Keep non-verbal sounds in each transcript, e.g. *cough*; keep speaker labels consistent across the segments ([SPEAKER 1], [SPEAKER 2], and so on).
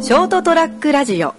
[SPEAKER 1] ショートトラックラジオ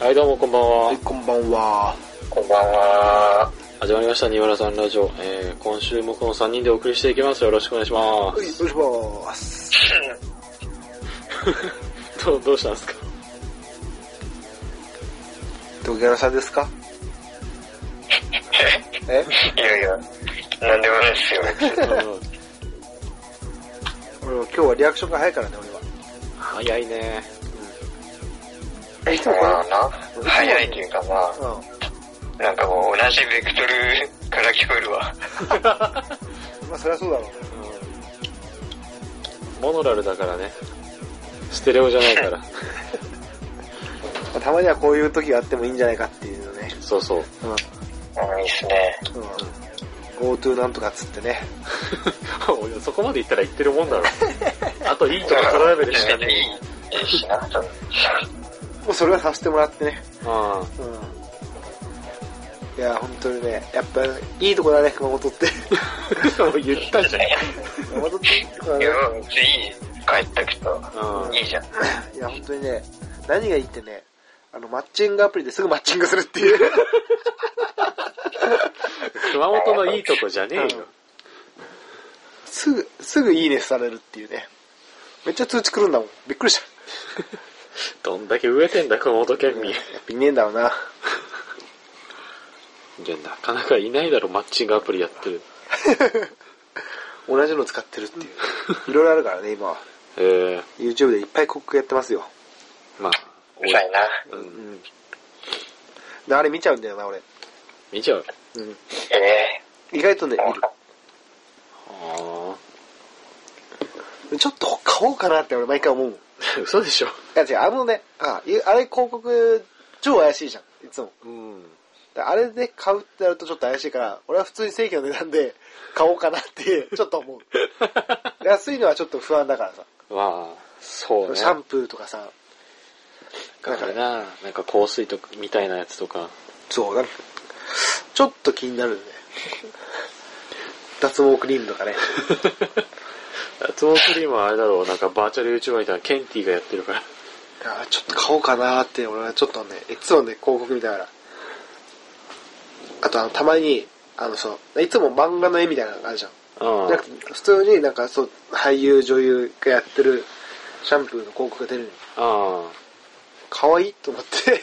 [SPEAKER 2] はい、どうもこんばんは。
[SPEAKER 3] はい、こんばんは。
[SPEAKER 4] こんばんは。
[SPEAKER 2] 始まりました、新村さんラジオ。えー、今週もこの3人でお送りしていきます。よろしくお願いしま
[SPEAKER 3] はい、お願いします。
[SPEAKER 2] す。どう、どうしたんですか
[SPEAKER 3] どげらさんですかえ
[SPEAKER 4] いやいや、なんでもないですよ。
[SPEAKER 3] 俺は今日はリアクションが早いからね、俺は。
[SPEAKER 2] 早いね。
[SPEAKER 3] え、いつも
[SPEAKER 4] まあ
[SPEAKER 3] こ
[SPEAKER 4] な、早いっていうかま
[SPEAKER 3] の、
[SPEAKER 4] あ、なんかもう同じベクトルから聞こえるわ。
[SPEAKER 3] うん。まあ、そりゃそうだろうね。
[SPEAKER 2] モノラルだからね。ステレオじゃない *laughs* から。
[SPEAKER 3] まあたまにはこういう時があってもいいんじゃないかっていうのね。
[SPEAKER 2] そうそう。
[SPEAKER 4] うん、いいっすね。
[SPEAKER 3] うん。うん。GoTo なんとかっつってね。
[SPEAKER 2] おいそこまで言ったら言ってるもんだろ。あといいとこトラベルしか
[SPEAKER 4] い
[SPEAKER 2] ね
[SPEAKER 4] い、いいしな、多
[SPEAKER 3] も
[SPEAKER 4] 分。
[SPEAKER 3] うそれはさせてもらってね。
[SPEAKER 2] え。 *laughs* あ
[SPEAKER 3] うん。いや、本当にね、やっぱ、いいとこだね、熊本 *laughs* って。
[SPEAKER 2] あ。もう言ったじゃん。
[SPEAKER 3] 熊本っていいとこだ
[SPEAKER 4] い
[SPEAKER 3] ね
[SPEAKER 4] や。、うちいい。帰ったけど、
[SPEAKER 2] うん。
[SPEAKER 4] いいじゃん。
[SPEAKER 3] いや、本当にね、何がいいってね、あの、マッチングアプリですぐマッチングするっていう。
[SPEAKER 2] 熊本のいいとこじゃねえよ。
[SPEAKER 3] すぐ、すぐいいねされるっていうね。めっちゃ通知来るんだもん。びっくりした。
[SPEAKER 2] どんだけ植えてんだ、熊本県民。
[SPEAKER 3] やっぱいねえんだろうな。
[SPEAKER 2] いや、なかなかいないだろ、マッチングアプリやってる。
[SPEAKER 3] 同じの使ってるっていう。いろいろあるからね、今は。
[SPEAKER 2] えー、
[SPEAKER 3] YouTube でいっぱい広告やってますよ。
[SPEAKER 2] まあ、
[SPEAKER 4] うるさいな。
[SPEAKER 2] おいうん
[SPEAKER 3] うん。であれ見ちゃうんだよな、俺。
[SPEAKER 2] 見ちゃう。
[SPEAKER 3] うん。
[SPEAKER 4] ええ
[SPEAKER 3] 意外とね、
[SPEAKER 4] ー。も
[SPEAKER 3] いう
[SPEAKER 2] あ
[SPEAKER 3] る。ちょっと買おうかなって俺毎回思うもん。い
[SPEAKER 2] あ、 *laughs* 嘘でしょ。
[SPEAKER 3] や違う、あのね、あ、いあれ広告超怪しいじゃん、いつも。
[SPEAKER 2] うん。
[SPEAKER 3] であれで買うってなるとちょっと怪しいから、俺は普通に正規の値段で買おうかなって、ちょっと思う。安いのはちょっと不安だからさ。
[SPEAKER 2] まあ、そうね。
[SPEAKER 3] シャンプーとかさ、
[SPEAKER 2] なんかあれな、なんか香水とか、みたいなやつとか。
[SPEAKER 3] そう、なんか、ちょっと気になるね。脱毛クリームとか *laughs* ね。
[SPEAKER 2] 脱毛クリームはあれだろう、なんかバーチャル YouTuber みたいなケンティがやってるから。
[SPEAKER 3] いやちょっと買おうかなーって、俺はちょっとね、いつもね、広告見ながら。あとあの、たまに、あの、そう、いつも漫画の絵みたいなのあるじゃん。
[SPEAKER 2] うん。
[SPEAKER 3] じゃなくて普通になんか、そう、俳優、女優がやってるシャンプーの広告が出るの。
[SPEAKER 2] あ
[SPEAKER 3] 可愛いと思 *laughs* って。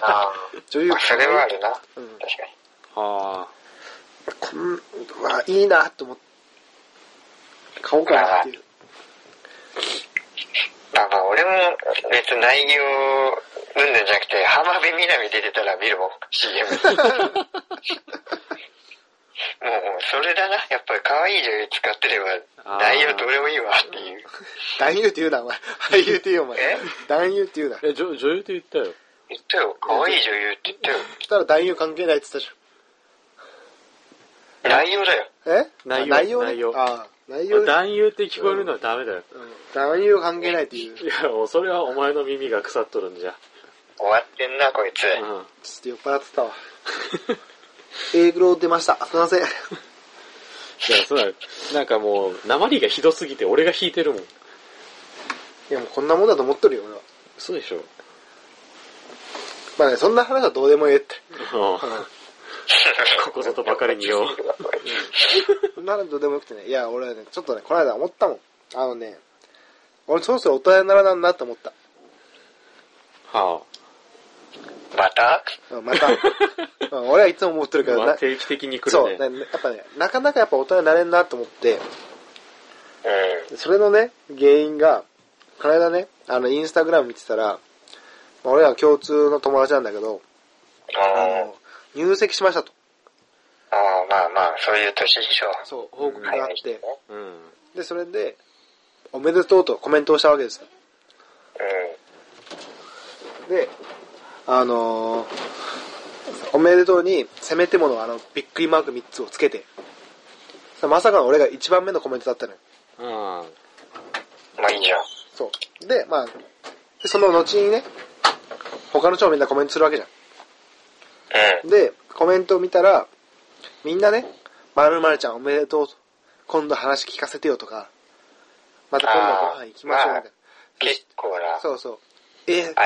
[SPEAKER 4] あ
[SPEAKER 3] 女
[SPEAKER 4] ー
[SPEAKER 3] 優
[SPEAKER 4] まあ、それはあるな。
[SPEAKER 3] うん
[SPEAKER 4] 確か
[SPEAKER 2] あ。あ
[SPEAKER 3] こんはいいなと思って買おうかなっていう
[SPEAKER 4] に。まあまあ、俺も別に内容、うんぬんじゃなくて、浜辺美波出てたら見るもん、CM。もう、もうそれだな。やっぱり可愛い女優使ってれば、内容どうでもいいわっていう。
[SPEAKER 3] 男優って言うなお前俳優って言うお前
[SPEAKER 4] え
[SPEAKER 3] 男優って言うな
[SPEAKER 2] あ。え、女女優って言ったよ。
[SPEAKER 4] 言ったよ、可愛い女優って言ったよ。
[SPEAKER 3] そしたら男優関係ないって言った
[SPEAKER 4] 内容だよ。
[SPEAKER 3] じゃんえ
[SPEAKER 2] 内容
[SPEAKER 3] あ内容,、ね、
[SPEAKER 2] 内容
[SPEAKER 3] あ内容ね、
[SPEAKER 2] 男優って聞こえるのはダメだよ。
[SPEAKER 3] うん、男優関係ないっていう
[SPEAKER 2] いや、もうそれはお前の耳が腐っとるんじゃ。
[SPEAKER 4] 終わってんな、こいつ。
[SPEAKER 2] うん。
[SPEAKER 3] ちょっと酔っ払ってたわ *laughs* A グロ出ましたすいません *laughs*
[SPEAKER 2] いや、そうだ、なんかもう、鉛がひどすぎて俺が引いてるもん。
[SPEAKER 3] いやもうこんなもんだと思っとるよ俺は
[SPEAKER 2] 嘘でしょ。
[SPEAKER 3] まあねそんな話はどうでもええって *laughs*
[SPEAKER 2] うんここぞとばかりによ。
[SPEAKER 3] そんな話どうでもよくてねいや俺はねちょっとねこの間思ったもんあのね俺そろそろ大人にならなんなと思った
[SPEAKER 2] *laughs* は
[SPEAKER 4] *laughs* また
[SPEAKER 3] うんまた、うん俺はいつも思ってるけ
[SPEAKER 2] あ。
[SPEAKER 3] ど
[SPEAKER 2] まあ、
[SPEAKER 3] な
[SPEAKER 2] 定期的に来
[SPEAKER 3] そう、
[SPEAKER 2] る
[SPEAKER 3] な
[SPEAKER 2] ね。
[SPEAKER 3] やっぱね、なかなかやっぱ大人になれんなと思って、
[SPEAKER 4] う
[SPEAKER 3] それのね、原因が、この間ね、あの、インスタグラム見てたら、まあ俺ら共通の友達なんだけど、
[SPEAKER 4] ん。あ
[SPEAKER 3] あ
[SPEAKER 4] ー
[SPEAKER 3] の、入籍しましたと。
[SPEAKER 4] あー、まあまあ、そういう年でしょ。
[SPEAKER 3] そう、報告があって、
[SPEAKER 2] うん。
[SPEAKER 3] で、それで、おめでとうとコメントをしたわけですよ。
[SPEAKER 4] う
[SPEAKER 3] で、あのーおめでとうに、せめてものあの、びっくりマーク3つをつけて、まさかの俺が1番目のコメントだったのよ。
[SPEAKER 2] うん。
[SPEAKER 4] まあいいじゃん。
[SPEAKER 3] そう。で、まあ、でその後にね、他の人もみんなコメントするわけじゃん。
[SPEAKER 4] うん。
[SPEAKER 3] で、コメントを見たら、みんなね、まるまるちゃんおめでとうと、今度話聞かせてよとか、また今度ご飯行きましょうみたい
[SPEAKER 4] 結構な
[SPEAKER 3] な。、そうそう。え、
[SPEAKER 4] 挨拶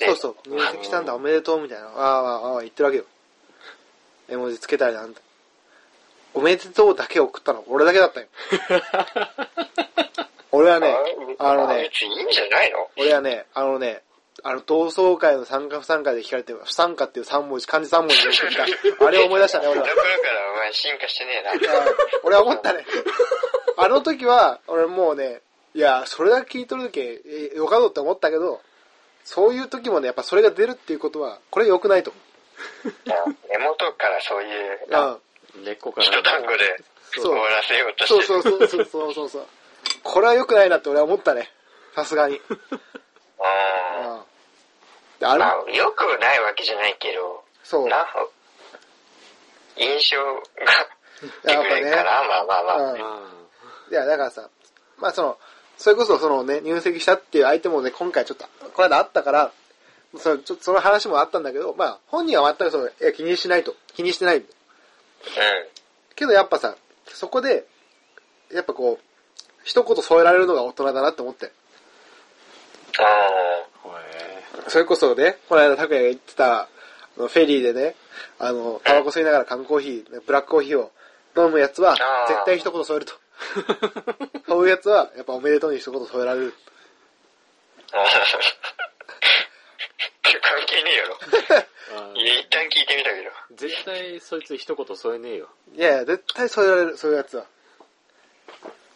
[SPEAKER 4] で。
[SPEAKER 3] そうそう、入籍したんだおめでとうみたいな、わーわーわーわー言ってるわけよ。絵文字つけたりなんだ。おめでとうだけ送ったの、俺だけだった
[SPEAKER 4] *laughs*
[SPEAKER 3] よ。俺はね、あのね、
[SPEAKER 4] 別にいいんじゃないの
[SPEAKER 3] 俺はね、あのね、あの、同窓会の参加不参加で聞かれて、不参加っていう3文字、漢字3文字で聞い
[SPEAKER 4] *laughs*
[SPEAKER 3] た。あれを思い出したね、俺
[SPEAKER 4] だ
[SPEAKER 3] は
[SPEAKER 4] か。らからお前進化してねえな。
[SPEAKER 3] 俺は思ったね。あの時は、俺もうね、いや、それだけ聞いとるだけ、えよかろうって思ったけど、そういう時もね、やっぱそれが出るっていうことは、これ良くないと思
[SPEAKER 4] うん根元からそういう、
[SPEAKER 3] う。うん。
[SPEAKER 2] 根っこから。
[SPEAKER 4] 一単語で
[SPEAKER 3] そう
[SPEAKER 4] 終わらせようとして
[SPEAKER 3] そう
[SPEAKER 4] る。
[SPEAKER 3] そうそうそうそうそうそう。これは良くないなって俺は思ったね。さすがに。うん。
[SPEAKER 4] うん。
[SPEAKER 3] である
[SPEAKER 4] まあ、よくないわけじゃないけど、
[SPEAKER 3] そう。
[SPEAKER 4] な、印象が出てくれるから、まあまあまあ。
[SPEAKER 3] うん
[SPEAKER 2] うん。
[SPEAKER 3] いや、だからさ、まあその、それこそそのね、入籍したっていう相手もね、今回ちょっと、この間あったから、そのちょっとその話もあったんだけど、まあ本人は全くその、いや気にしないと。気にしてない。けどやっぱさ、そこで、やっぱこう、一言添えられるのが大人だなって思って。
[SPEAKER 4] う
[SPEAKER 2] ほえ
[SPEAKER 3] それこそね、この間拓也が言ってた、あのフェリーでね、あの、タバコ吸いながら缶コーヒー、ブラックコーヒーを飲むやつは
[SPEAKER 4] あ、ー
[SPEAKER 3] 絶対一言添える
[SPEAKER 4] *laughs*
[SPEAKER 3] と。そういうやつは、やっぱおめでとうに一言添えられる。
[SPEAKER 4] ん。うん。 *laughs* 関係ねえやろ。
[SPEAKER 2] ー
[SPEAKER 4] いや、一旦聞いてみたけど。
[SPEAKER 2] 絶対そいつ一言添えねえよ。
[SPEAKER 3] いやいや、絶対添えられる、そういうやつは。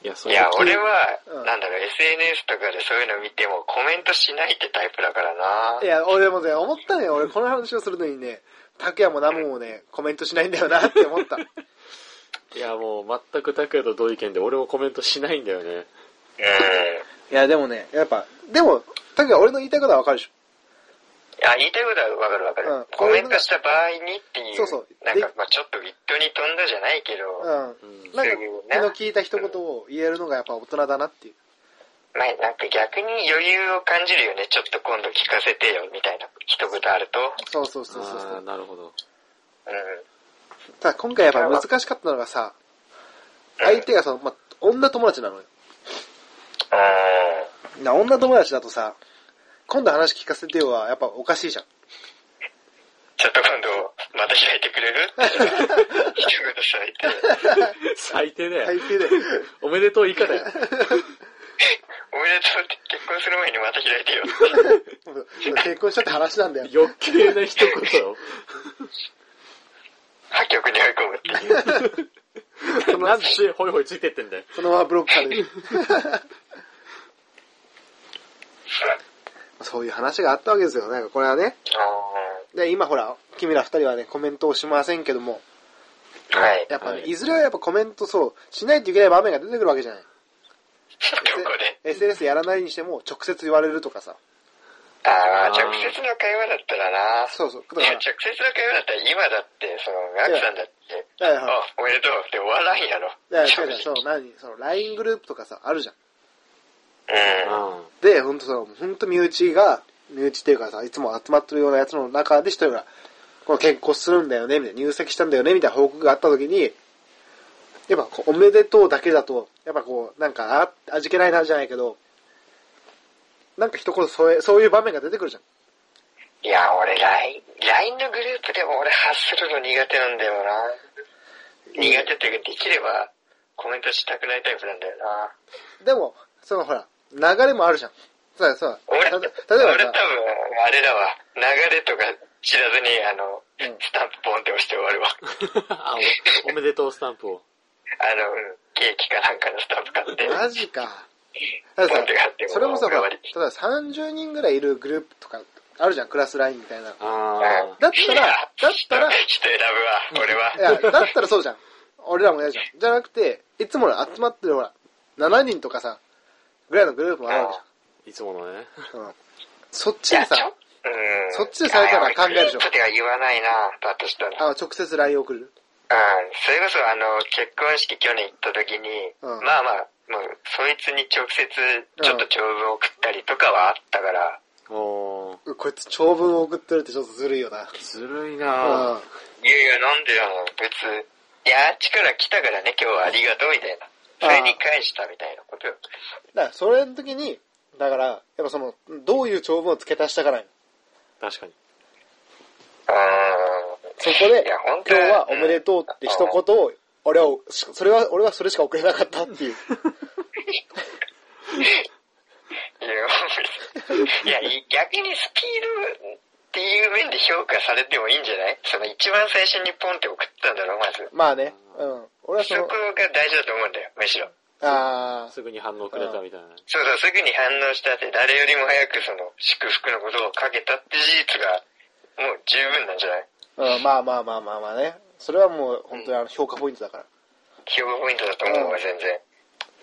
[SPEAKER 2] いや、そ
[SPEAKER 4] いや、
[SPEAKER 2] 聞
[SPEAKER 4] 俺は、
[SPEAKER 3] うん。
[SPEAKER 4] なんだろう、SNS とかでそういうの見てもコメントしないってタイプだからない
[SPEAKER 3] や、俺もね、思ったね、俺この話をするのにね、拓也もナムもね、コメントし *laughs* ないんだよなって思った。
[SPEAKER 2] いや、もう全く拓也と同意見で俺もコメントしないんだよね。
[SPEAKER 4] うん。
[SPEAKER 3] いや、でもね、やっぱ、でも、拓也俺の言いたいことはわかるでしょ。
[SPEAKER 4] あ、言いたいことはわかるわかる、
[SPEAKER 3] うん
[SPEAKER 4] コメントした場合にっていう、
[SPEAKER 3] そうそう
[SPEAKER 4] なんか
[SPEAKER 3] で、
[SPEAKER 4] まあちょっと一挙に飛んだじゃないけど、
[SPEAKER 3] う
[SPEAKER 4] ま
[SPEAKER 3] ん。
[SPEAKER 2] うん。
[SPEAKER 3] なん
[SPEAKER 4] そういうね
[SPEAKER 3] か、気の利いた一言を言えるのがやっぱ大人だなっていう。
[SPEAKER 4] あなんか逆に余裕を感じるよね。ちょっと今度聞かせてよ、みたいな一言あると。
[SPEAKER 3] そうそうそうそうそう
[SPEAKER 2] ああ、。なるほど。
[SPEAKER 4] うん。
[SPEAKER 3] ただ今回やっぱ難しかったのがさ、相手がその、まあ、女友達なのよ。
[SPEAKER 4] う
[SPEAKER 3] な、女友達だとさ、今度話聞かせてよはやっぱおかしいじゃん。
[SPEAKER 4] ん。ちょっと今度、また開いてくれる一言され
[SPEAKER 3] *laughs*
[SPEAKER 4] て。
[SPEAKER 2] 最低だよ。
[SPEAKER 3] 最
[SPEAKER 2] *laughs*
[SPEAKER 3] 低で。
[SPEAKER 2] おめでとう以下だよ。
[SPEAKER 4] おめでとうって結婚する前にまた開いてよ。
[SPEAKER 3] もう結婚したって話なんだよ。
[SPEAKER 2] 余計な一言を。
[SPEAKER 4] 破局に追い込むっていう。
[SPEAKER 2] なんでホイホイついてってんだよ。
[SPEAKER 3] そのままブロックされる。そういう話があったわけですよ。なんかこれはね。
[SPEAKER 4] う
[SPEAKER 3] で、今ほら、君ら二人はね、コメントをしませんけども、
[SPEAKER 4] ん。はい。
[SPEAKER 3] やっぱね、
[SPEAKER 2] はい
[SPEAKER 3] い、ずれはやっぱコメントそう、しないといけない場面が出てくるわけじゃない。
[SPEAKER 4] どこで。
[SPEAKER 3] SNS やらないにしても、直接言われるとかさ。
[SPEAKER 4] ああ、ま
[SPEAKER 2] あ
[SPEAKER 4] あ
[SPEAKER 2] ー
[SPEAKER 4] 直接の会話だったらな。
[SPEAKER 3] そうそう。だ
[SPEAKER 4] い
[SPEAKER 3] から
[SPEAKER 4] や、直接の会話だったら今だって、その、ガクさんだって、
[SPEAKER 3] いやいや
[SPEAKER 4] あ、おめでとうって終わらんやろ。
[SPEAKER 3] いや、
[SPEAKER 4] 正
[SPEAKER 3] 違う
[SPEAKER 4] 直
[SPEAKER 3] 違う、そう、何その、LINE グループとかさ、あるじゃん。
[SPEAKER 4] うん。
[SPEAKER 3] で、ほんとその、ほんと身内が、身内っていうかさ、いつも集まってるようなやつの中で一人が、この結婚するんだよね、みたいな、入籍したんだよね、みたいな報告があった時に、やっぱこう、おめでとうだけだと、やっぱこう、なんか、あ、味気ないな、じゃないけど、なんか一言そう、そういう場面が出てくるじゃん。
[SPEAKER 4] いや、俺、LINE、LINE のグループでも俺発するの苦手なんだよな。苦手っていうか、できればコメントしたくないタイプなんだよな。
[SPEAKER 3] でも、そのほら、流れもあるじゃん。そうだ、そうだ。
[SPEAKER 4] 俺、
[SPEAKER 3] た
[SPEAKER 4] 俺多分、
[SPEAKER 3] と例えばさ、
[SPEAKER 4] あれだわ。流れとか知らずに、あの、
[SPEAKER 3] うん
[SPEAKER 4] スタンプポンって押して終わるわ。
[SPEAKER 2] *laughs* あおおめでとうスタンプを。
[SPEAKER 4] あの、うんケーキかなんかのスタンプ買って。
[SPEAKER 3] マジか。だからさ
[SPEAKER 4] なんでかって、
[SPEAKER 3] それもさ、ほ
[SPEAKER 4] 俺
[SPEAKER 3] ら
[SPEAKER 4] は
[SPEAKER 3] 例えば30人ぐらいいるグループとかあるじゃん、クラスラインみたいな。
[SPEAKER 2] あ
[SPEAKER 3] だったら
[SPEAKER 4] いや
[SPEAKER 3] だったら
[SPEAKER 4] 人選ぶわ、俺は。
[SPEAKER 3] いや、だったらそうじゃん。俺らも嫌じゃん。じゃなくて、いつもの集まってるほら、7人とかさ、ぐらいのグループもあるわ
[SPEAKER 4] うん
[SPEAKER 3] け
[SPEAKER 2] あ、いつものね。
[SPEAKER 3] じゃん。うん。そっち
[SPEAKER 4] いや
[SPEAKER 3] に
[SPEAKER 4] ちょ
[SPEAKER 3] さ
[SPEAKER 4] っ、うん。
[SPEAKER 3] そっちでされたら考えるでしょ
[SPEAKER 4] いや俺グループでは言わないな、だとしたら。うん。
[SPEAKER 3] あ、直接 LINE 送る。
[SPEAKER 4] それこそ、あの、結婚式去年行った時に、
[SPEAKER 3] うん
[SPEAKER 4] まあまあ、もう、そいつに直接、ちょっと長文送ったりとかはあったから、
[SPEAKER 2] おー、
[SPEAKER 3] こいつ長文を送ってるってちょっとずるいよな。
[SPEAKER 2] ずるいうなぁ。
[SPEAKER 4] いやいや、なんでやの、別、いや、あっちから来たからね、今日はありがとう、みたいな。それに返したみたいなことよ。
[SPEAKER 3] だから、それの時に、だから、やっぱその、どういう長文を付け足したからよ
[SPEAKER 2] 確かに。
[SPEAKER 4] うん。
[SPEAKER 3] そこで、
[SPEAKER 4] いや本
[SPEAKER 3] 今
[SPEAKER 4] 当
[SPEAKER 3] 日
[SPEAKER 4] に
[SPEAKER 3] はおめでとうって一言を、俺は、しそれは、俺はそれしか送れなかったっていう。
[SPEAKER 4] *laughs* いや、いや逆にスピードっていう面で評価されてもいいんじゃないその一番最初にポンって送ったんだろ、まず。
[SPEAKER 3] まあね、うん。俺はそ
[SPEAKER 4] そ
[SPEAKER 3] の
[SPEAKER 4] こ、が大事だと思うんだよ、むしろ。
[SPEAKER 3] あ
[SPEAKER 2] すぐに反応くれたみたいな。
[SPEAKER 4] そうそう、すぐに反応したって、誰よりも早くその祝福のことをかけたって事実が、もう十分なんじゃない
[SPEAKER 3] あ、うん、まあまあまあまあまあね。それはもう本当にあの評価ポイントだから。
[SPEAKER 4] 評価ポイントだと思うわ、全然。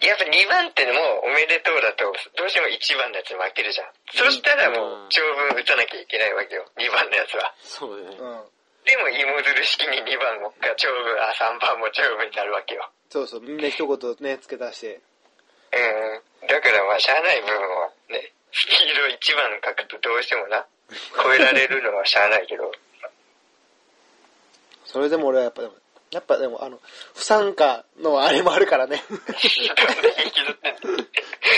[SPEAKER 4] やっぱ2番ってのもうおめでとうだと、どうしても1番のやつに負けるじゃん。そしたらもう長文打たなきゃいけないわけよ、2番のやつは。
[SPEAKER 2] そうだね。
[SPEAKER 3] うん。
[SPEAKER 4] でも芋づる式に2番もが長文、あ、3番も長文になるわけよ。
[SPEAKER 3] そうそう、みんな一言ね、付け足して。
[SPEAKER 4] うん。だからまあ、しゃあない部分はね、スピード1番書くとどうしてもな、超えられるのはしゃあないけど。
[SPEAKER 3] それでも俺はやっぱでも、やっぱでもあの、不参加のあれもあるからね。 *laughs*
[SPEAKER 4] どんだけ引きずってんの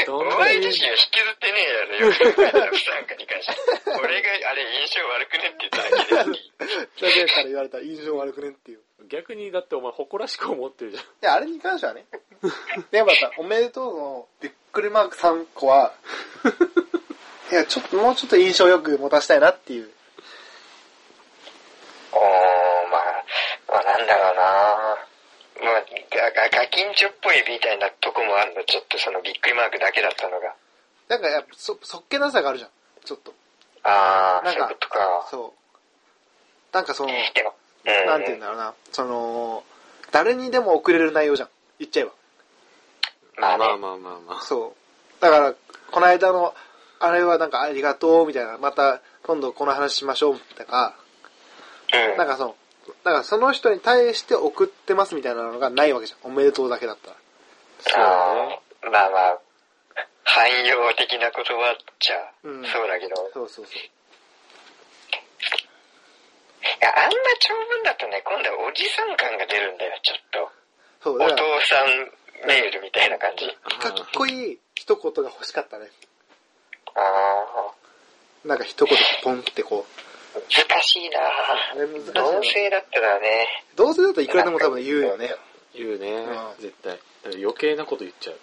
[SPEAKER 2] どん
[SPEAKER 4] お
[SPEAKER 2] な
[SPEAKER 4] 前
[SPEAKER 2] に
[SPEAKER 4] 自身は引きずってねえやろ、よく考えたら不参加に関して。俺があれ印象悪くねって言っただけで。
[SPEAKER 3] だけから言われたら印象悪くねっていう。
[SPEAKER 2] 逆にだってお前誇らしく思ってるじゃん。
[SPEAKER 3] いや、あれに関しては *laughs* ね。で、やっぱさ、おめでとうのびっくりマーク3個 *laughs* は、いや、ちょっと、もうちょっと印象よく持たせたいなっていう。
[SPEAKER 4] おー、まあ、まあなんだろうなまあ、ガガガキンチョっぽいみたいなとこもあるの、ちょっとそのびっくりマークだけだったのが。
[SPEAKER 3] なんかやっぱ、そ、そっけなさがあるじゃん。ちょっと。
[SPEAKER 4] ああ、
[SPEAKER 3] なん
[SPEAKER 4] そういう
[SPEAKER 3] か
[SPEAKER 4] ことか。
[SPEAKER 3] そう。なんかその、
[SPEAKER 4] でも、うん、
[SPEAKER 3] なんて言うんだろうな。その、誰にでも送れる内容じゃん。言っちゃえば。
[SPEAKER 4] まあね、
[SPEAKER 2] まあまあまあまあ。
[SPEAKER 3] そう。だから、この間の、あれはなんかありがとうみたいな、また今度この話しましょうみたいな、
[SPEAKER 4] うん。
[SPEAKER 3] なんかその、だからその人に対して送ってますみたいなのがないわけじゃん。おめでとうだけだったら。
[SPEAKER 2] そうだ
[SPEAKER 4] あ
[SPEAKER 2] ね。
[SPEAKER 4] ーまあまあ、汎用的な言葉っちゃ、
[SPEAKER 3] うん
[SPEAKER 4] そうだけど。
[SPEAKER 3] そうそうそう。
[SPEAKER 4] いや、あんな長文だとね、今度はおじさん感が出るんだよ、ちょっと。
[SPEAKER 3] そう、
[SPEAKER 4] お
[SPEAKER 3] だ
[SPEAKER 4] 父
[SPEAKER 3] から、
[SPEAKER 4] さんメールみたいな感じ。
[SPEAKER 3] かっこいい一言が欲しかったね。
[SPEAKER 4] ああ
[SPEAKER 3] なんか一言ポンってこ
[SPEAKER 4] ー、難しいな
[SPEAKER 3] う。あれ難しいな。
[SPEAKER 4] 同性だったらね、
[SPEAKER 3] どうせだといくらでも多分言うよね。
[SPEAKER 2] 言うね、
[SPEAKER 3] うん
[SPEAKER 2] 絶対。余計なこと言っちゃ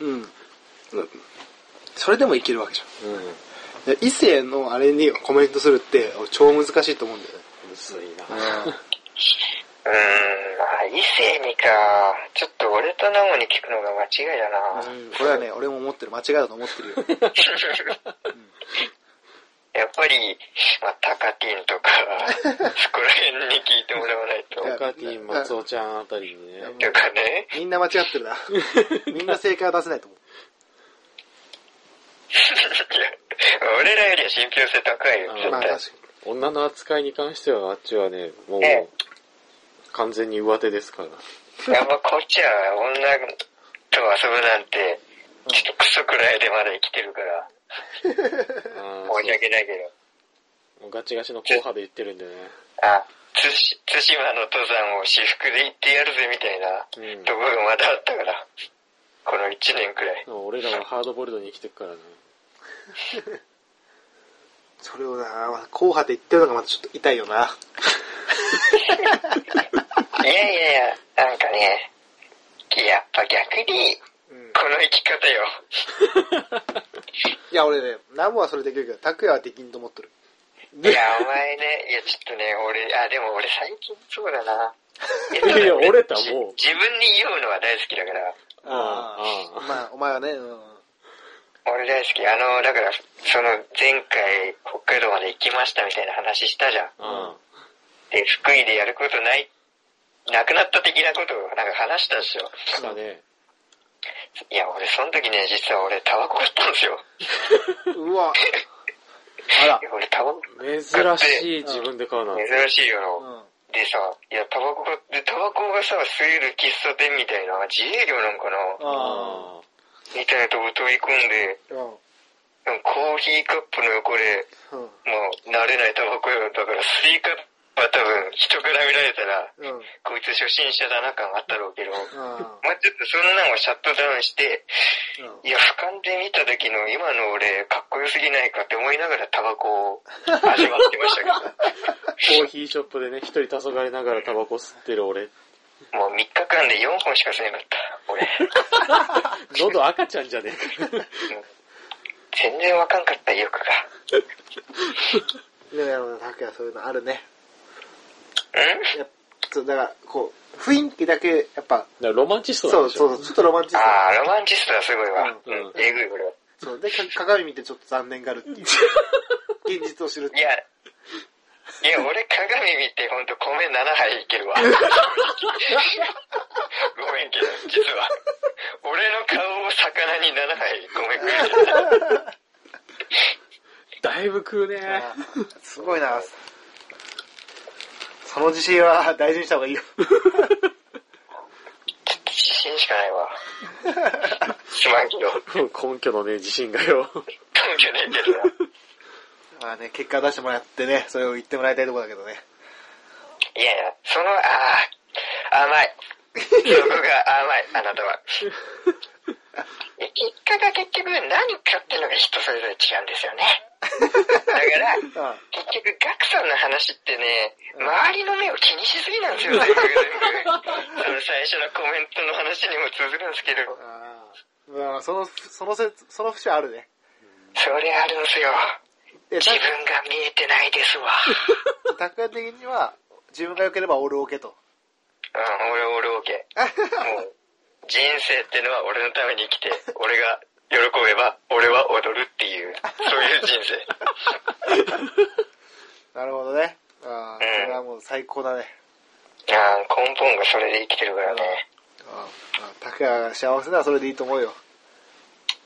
[SPEAKER 2] う。
[SPEAKER 3] うん。それでもいけるわけじゃん
[SPEAKER 2] うん。。
[SPEAKER 3] で異性のあれにコメントするって、俺超難しいと思うんだよね。
[SPEAKER 2] むずいな。
[SPEAKER 4] うーん、まあ、異性にか。ちょっと俺とナモに聞くのが間違いだな。
[SPEAKER 3] うんこれ *laughs* はね、俺も思ってる。間違いだと思ってるよ。 *laughs*
[SPEAKER 4] やっぱり、まあ、タカティンとか、そこら辺に聞いてもらわないと。
[SPEAKER 3] いや
[SPEAKER 2] カーティン、松尾ちゃんあたりにね。
[SPEAKER 4] とかね。
[SPEAKER 3] みんな間違ってる *laughs* な。みんな正解は出せないと思う。
[SPEAKER 4] いや俺らよりは信憑性高いよ、絶
[SPEAKER 2] うん
[SPEAKER 4] 対。
[SPEAKER 3] まあ確かに。
[SPEAKER 2] 女の扱いに関してはあっちはね、もう
[SPEAKER 4] ええ、
[SPEAKER 2] 完全に上手ですから。
[SPEAKER 4] いやっぱこっちは女と遊ぶなんて、ちょっとクソくらいでまだ生きてるから、
[SPEAKER 2] あー
[SPEAKER 4] 申し訳ないけど。
[SPEAKER 2] そうもうガチガチの硬派で言ってるんでね。
[SPEAKER 4] あ、つし、対馬の登山を私服で行ってやるぜみたいな、
[SPEAKER 2] うん
[SPEAKER 4] ところがまだあったから、この1年くらい。
[SPEAKER 2] 俺らはハードボイルドに生きてるからね。
[SPEAKER 3] それをな、硬派で言ってるのがまたちょっと痛いよな。
[SPEAKER 4] いやいやいや、なんかね、やっぱ逆に、
[SPEAKER 3] うん
[SPEAKER 4] この生き方よ。
[SPEAKER 3] いや、俺ね、ナムはそれできるけど、拓也はできんと思ってる。
[SPEAKER 4] いや、お前ね、いや、ちょっとね、俺、あ、でも俺最近そうだな。
[SPEAKER 2] *laughs* いや折れた
[SPEAKER 4] じ
[SPEAKER 2] もう
[SPEAKER 4] 自分に言うのは大好きだから。
[SPEAKER 2] あーあー
[SPEAKER 3] まあ、お前はね、 *laughs* うん。
[SPEAKER 4] 俺大好き。あの、だから、その前回北海道まで行きましたみたいな話したじゃん。
[SPEAKER 2] あ
[SPEAKER 4] で、福井でやることない、なくなった的なことをなんか話したんですよ。
[SPEAKER 2] あ、したね。
[SPEAKER 4] いや、俺その時ね、実は俺タバコ吸ったんですよ。
[SPEAKER 3] うわ、ら
[SPEAKER 4] いや俺タバコ、
[SPEAKER 2] 珍しい自分で買うな。
[SPEAKER 4] 珍しいよ
[SPEAKER 3] うん。
[SPEAKER 4] な。でさ、いや、タバコが、で、タバコがさ、吸える喫茶店みたいな、自営業なんかな
[SPEAKER 2] あ
[SPEAKER 3] あ
[SPEAKER 4] みたいなとこ飛び込んで、
[SPEAKER 3] あ。うん。
[SPEAKER 4] なんかコーヒーカップの横で、
[SPEAKER 3] うん。
[SPEAKER 4] もう、慣れないタバコよ。だから、スイカは多分、人から見られたら、
[SPEAKER 3] うん。
[SPEAKER 4] こいつ初心者だな感あったろうけ
[SPEAKER 3] う
[SPEAKER 4] ど、
[SPEAKER 3] ん。
[SPEAKER 4] まあちょっとそんなのをシャットダウンして、
[SPEAKER 3] うん
[SPEAKER 4] いや、俯瞰で見た時の今の俺、かっこよすぎないかって思いながらタバコを味わってましたけ
[SPEAKER 2] コーヒーショップでね、一人黄昏ながらタバコ吸ってる俺。
[SPEAKER 4] *laughs* ど、もう3日間で4本しか吸えなかった、俺。
[SPEAKER 2] 喉赤ちゃんじゃねえ *laughs* か。
[SPEAKER 4] 全然わかんかった、意欲が。
[SPEAKER 3] ねえ、拓也そういうのあるね。
[SPEAKER 4] ん
[SPEAKER 3] やっそうだから、こう、雰囲気だけ、やっぱ、
[SPEAKER 2] だからロマンチストな
[SPEAKER 3] そ
[SPEAKER 2] ん
[SPEAKER 3] う
[SPEAKER 2] でしょ
[SPEAKER 3] そうそう、ちょっとロマンチスト。
[SPEAKER 4] ああ、ロマンチストはすごいわ。
[SPEAKER 2] う
[SPEAKER 4] うんん、えぐい、俺は。
[SPEAKER 3] そう、で、か鏡見てちょっと残念があるっていう。
[SPEAKER 4] *laughs*
[SPEAKER 3] 現実を知るって
[SPEAKER 4] いや、いや、俺鏡見てほんと米7杯いけるわ。ごめんけど、実は。俺の顔を魚に7杯米食える。
[SPEAKER 2] だいぶ食うね。
[SPEAKER 3] あーすごいな。その自信は大事にした方がいい
[SPEAKER 4] *laughs*
[SPEAKER 3] よ。
[SPEAKER 4] ちょっと自信しかないわ。すまんけど、
[SPEAKER 2] 根拠のね、自信が *laughs* よ。
[SPEAKER 4] 根拠ないけどな。
[SPEAKER 3] まあね、結果出してもらってね、それを言ってもらいたいところだけどね。
[SPEAKER 4] いやいや、その、ああ、甘い。そこが甘い、あなたは。え結果が結局何かっていうのが人それぞれ違うんですよね。だから、
[SPEAKER 3] あ
[SPEAKER 4] 結局、ガクさんの話ってね、周りの目を気にしすぎなんですよ、全部全部その最初のコメントの話にも続くんですけど、
[SPEAKER 3] あーまあ、その、そのせ、その節はあるね。
[SPEAKER 4] それあるんですよ。
[SPEAKER 3] で、
[SPEAKER 4] *laughs* 自分が見えてないですわ。
[SPEAKER 3] た拓也的には、自分が良ければオールオーケーと。
[SPEAKER 4] うん、俺、俺、オーケー。もう、人生ってのは俺のために生きて、俺が喜べば、俺は踊るっていう、そういう人生。
[SPEAKER 3] なるほどね。ああ、
[SPEAKER 4] うん
[SPEAKER 3] それはもう最高だね。
[SPEAKER 4] ああ、根本がそれで生きてるからね。
[SPEAKER 3] あーあー、拓也が幸せならそれでいいと思うよ。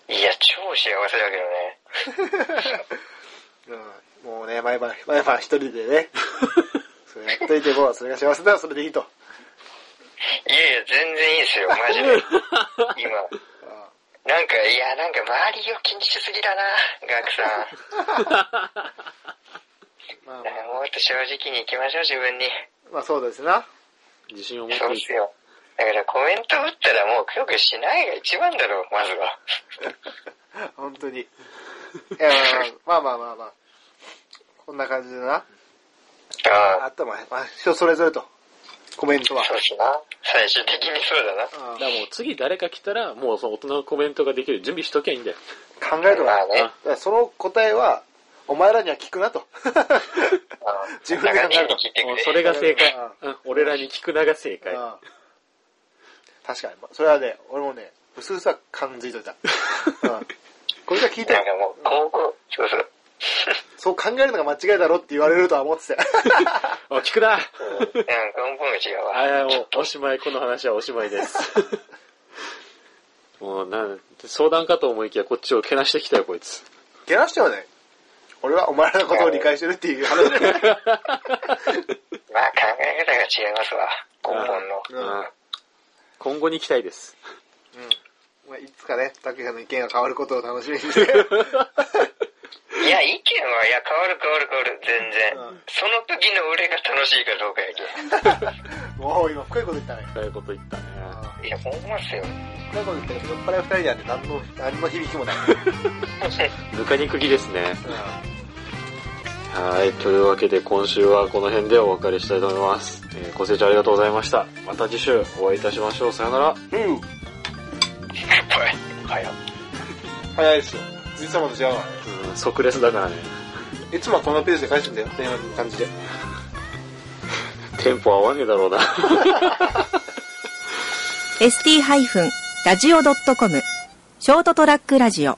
[SPEAKER 4] いや、超幸せだけどね。
[SPEAKER 3] うん、もうね、毎晩、毎晩一人で *laughs* ね、それやっといても、それが幸せならそれでいいと。
[SPEAKER 4] いやいや、全然いいですよ、マジで。今。
[SPEAKER 3] あ
[SPEAKER 4] なんか、いや、なんか周りを気にしすぎだな、ガクさん。
[SPEAKER 3] ーまあまあ、
[SPEAKER 4] もっと正直に行きましょう、自分に。
[SPEAKER 3] まあそうですな。
[SPEAKER 2] 自信を持って
[SPEAKER 4] そうっすよ。だからコメント打ったらもう、よくしないが一番だろう、まずは。
[SPEAKER 3] 本当に。 *laughs* いや、まあまあまあまあまあ。こんな感じでな。
[SPEAKER 4] あ
[SPEAKER 3] あとは、まあ、人それぞれと。コメントは
[SPEAKER 4] あ、。そうっすな。最終的にそうだな。
[SPEAKER 3] あ
[SPEAKER 2] だからもう次誰か来たら、もうその大人のコメントができる準備しときゃいいんだよ。
[SPEAKER 3] ー考えろな。
[SPEAKER 4] ま
[SPEAKER 3] だ
[SPEAKER 4] あね。
[SPEAKER 3] からその答えは、お前 *laughs* らには聞くなと。
[SPEAKER 4] ああ
[SPEAKER 3] 自分で考えろ
[SPEAKER 4] だから聞いてく
[SPEAKER 2] もう
[SPEAKER 4] れ。
[SPEAKER 2] それが正解
[SPEAKER 3] あ。
[SPEAKER 2] うん、俺らに聞くなが正解。
[SPEAKER 3] うん確かに。まあそれはね、俺もね、うすうすは感じといた。うんこれが聞いた
[SPEAKER 4] なん
[SPEAKER 3] よ。
[SPEAKER 4] かもう、高校、そうそう。
[SPEAKER 3] そう考えるのが間違いだろって言われるとは思 *laughs* ってたよ。
[SPEAKER 2] あ、聞くな
[SPEAKER 4] うん、根本が違うわ。
[SPEAKER 2] ああ、もう、おしまい、この話はおしまいです。 *laughs* もう、なん、相談かと思いきや、こっちをけなしてきたよ、こいつ。
[SPEAKER 3] けなしてはね、俺はお前らのことを理解してるって *laughs* いう話だよ。
[SPEAKER 4] まあ、考え方が違いますわ、根本の。
[SPEAKER 3] うん
[SPEAKER 2] うん今後に期待です。
[SPEAKER 3] うんまあ、いつかね、たけさんの意見が変わることを楽しみにして。 *laughs*
[SPEAKER 4] いや、意見は、いや、変わる変わる変わる、全然。
[SPEAKER 3] うん
[SPEAKER 4] その時の俺が楽しいかどうかやけ
[SPEAKER 3] もう今、深いこと言ったね。
[SPEAKER 2] そういうこと言ったね。
[SPEAKER 4] ん。いや、ほんまっすよ。
[SPEAKER 3] 深いこと言ったけど、酔っ払い二人でやって何の、何の響きもない。
[SPEAKER 2] ぬかに釘ですね。はい。というわけで、今週はこの辺でお別れしたいと思います。えーご清聴ありがとうございました。また次週お会いいたしましょう。さよなら。
[SPEAKER 3] うん。
[SPEAKER 4] やっぱり。早っ
[SPEAKER 3] 早いですよ。いつもと違うわ。
[SPEAKER 2] うん、即レスだからね。
[SPEAKER 3] いつもはこのペースで返すんだよ。電話の感じで。
[SPEAKER 2] テンポ合わねえだろうな。
[SPEAKER 1] ST-radio.com ショートトラックラジオ